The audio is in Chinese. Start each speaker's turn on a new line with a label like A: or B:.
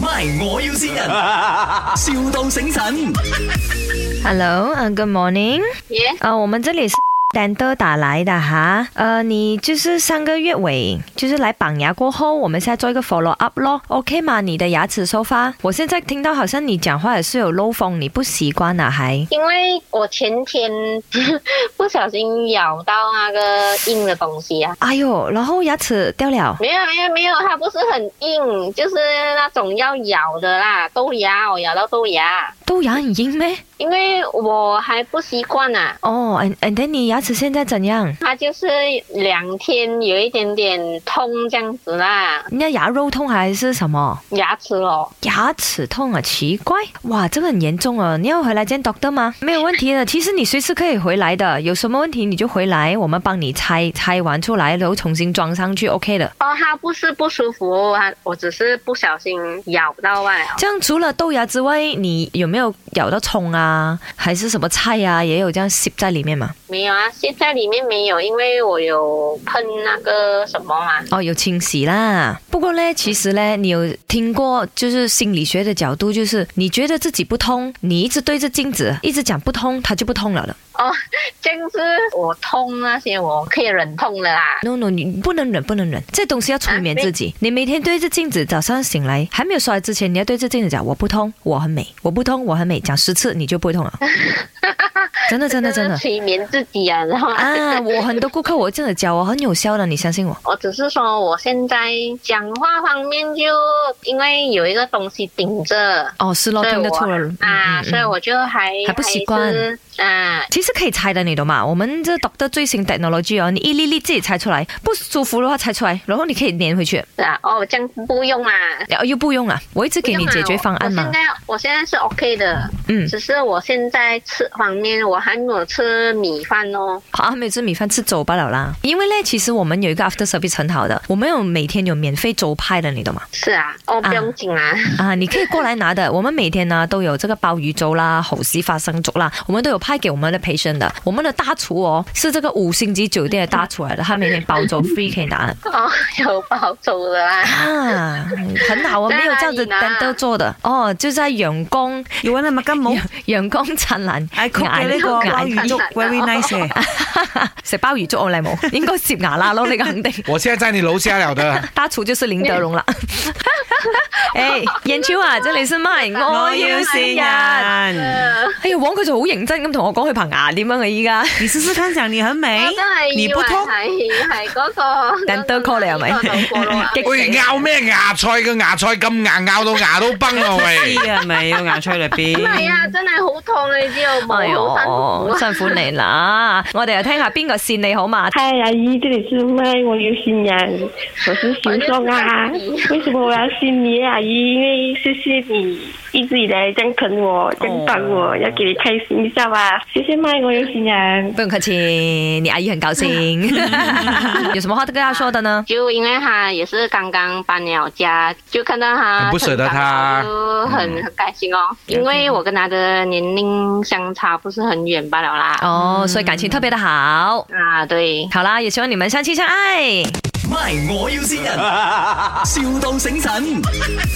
A: ，My 我要先人，,笑到醒神。
B: Hello，呃、g o o d morning，
C: 耶
B: 呃，我们这里是 丹德打来的哈，呃，你就是上个月尾就是来绑牙过后，我们现在做一个 follow up 咯，OK 吗？你的牙齿收发，我现在听到好像你讲话也是有漏风，你不习惯啊还？
C: 因为我前天不小心咬到那个硬的东西啊，
B: 哎呦，然后牙齿掉了，
C: 没有没有没有，它不是很硬，就是那种要咬的啦，豆芽我咬到豆芽，
B: 豆芽很硬咩？
C: 因为我还不习惯啊，
B: 哦、a n d and then 你牙齿现在怎样？
C: 它就是两天有一点点痛这样子啦，
B: 你的牙肉痛还是什么？
C: 牙齿哦，
B: 牙齿痛啊，奇怪，哇，这个很严重哦！你要回来见 doctor 吗？没有问题啊的，其实你随时可以回来的，有什么问题你就回来，我们帮你拆，拆完出来，然后重新装上去，OK 的。
C: 哦，它不是不舒服，它我只是不小心咬到哦罢了。
B: 这样除了豆芽之外，你有没有咬到葱啊，还是什么菜啊，也有这样吸在里面嘛？
C: 没有啊，现在里面没有，因为我有喷那个什么嘛，
B: 哦，有清洗啦。不过呢，其实呢，你有听过就是心理学的角度，就是你觉得自己不通，你一直对着镜子一直讲不通，它就不通了的。
C: 哦，就是我痛那些，我可以忍痛的啦。
B: no no，你不能忍，不能忍，这东西要催眠自己。
C: 啊
B: 你每天对着镜子，早上醒来还没有刷牙之前，你要对着镜子讲：我不通，我很美，我不通，我很美，讲十次你就不会痛 了。真的真的真
C: 这
B: 的
C: 是催眠自己啊，然后
B: 啊！我很多顾客我这样子教，我很有效的，你相信我。
C: 我只是说我现在讲话方面就因为有一个东西顶着，
B: 哦，是咯，
C: 所以
B: 听得
C: 我
B: 出了。嗯
C: 啊，
B: 嗯
C: 所以
B: 嗯
C: 我就还
B: 还不习惯
C: 还是啊。
B: 其实可以猜的，你懂吗？我们这 doctor 最新 technology 哦，你一粒粒自己猜出来，不舒服的话猜出来，然后你可以粘回去，
C: 是啊，哦，这样不用啦，
B: 然后又不用啊，我一直给你解决方案嘛
C: 不用。啦我我现在我现在是 OK 的，
B: 嗯，
C: 只是我现在吃方面我还没有吃米饭哦。
B: 好啊，没有吃米饭吃粥罢了啦。因为呢，其实我们有一个 after service 很好的，我们有每天有免费粥派的，你懂吗？
C: 是啊，哦，不用紧啦。
B: 啊，你可以过来拿的。我们每天呢都有这个鲍鱼粥啦、猴丝花生粥啦，我们都有派给我们的 patient 的。我们的大厨哦是这个五星级酒店的大厨来的，他每天包 粥 free 可以拿的
C: 哦，有包走的 啦。
B: 啊，很好啊，
C: 在哪
B: 没
C: 里
B: 有这样子
C: 拿
B: 单都做的哦，就在阳光
D: 要揾阿麥金帽，
B: 阳光灿烂
D: I cook 嘅呢個鮑魚粥 very
C: 啊
D: nice 嘅。
B: 食鲍鱼粥我嚟冇，應該攝牙啦咯，呢個肯定。
E: 我现在在你楼下了的，
B: 大厨就是林德荣 了。诶，燕超啊，这里是 My，我
C: 哦
B: 要先人。
D: 人，
C: 呃
B: 哎呀，王佢就好認真咁同我講佢棚牙點樣啊，依 家。
D: 你試試看講你很美
B: 哎
C: 我啊真，系
D: 你
C: 以
D: 不
C: 為
D: 通，
C: 係係 嗰個
B: 人都 call 你係咪
C: 嗰個老婆 咯啊
B: 激
E: 喂
B: 死
E: 咬咩牙菜嘅牙菜咁硬，咬到牙都崩啊喂！
D: 知啊咪要牙吹裏
C: 唔係
D: 邊。
C: 啊，真係好痛啊！你知道
B: 哎
C: 冇好辛苦
B: 呦，
C: 啊。
B: 辛苦你啦！我哋又聽下邊個線你好嘛？
F: 嗨，阿姨，哎这里是麦，我有新人，我是熊壮啊。为什么我要信你，阿姨？因为谢谢你一直以来这样疼我，这样帮我，要给你开心一下吧。谢谢麦，我有新人。
B: 不用客氣，你阿姨很高 興。有什麼話跟大家說的呢？
C: 就因為他也是剛剛搬了家，就看到他
E: 很不捨得
C: 成長
E: 他
C: 就很很開心
B: 嗯
C: 哦。因為我跟他的年齡相差不是很遠罷了啦。
B: 哦，所以感情特別的好。
C: 啊，對。
B: 好啦，也希望你們相親相愛。
A: My 我要先人，,笑到醒神。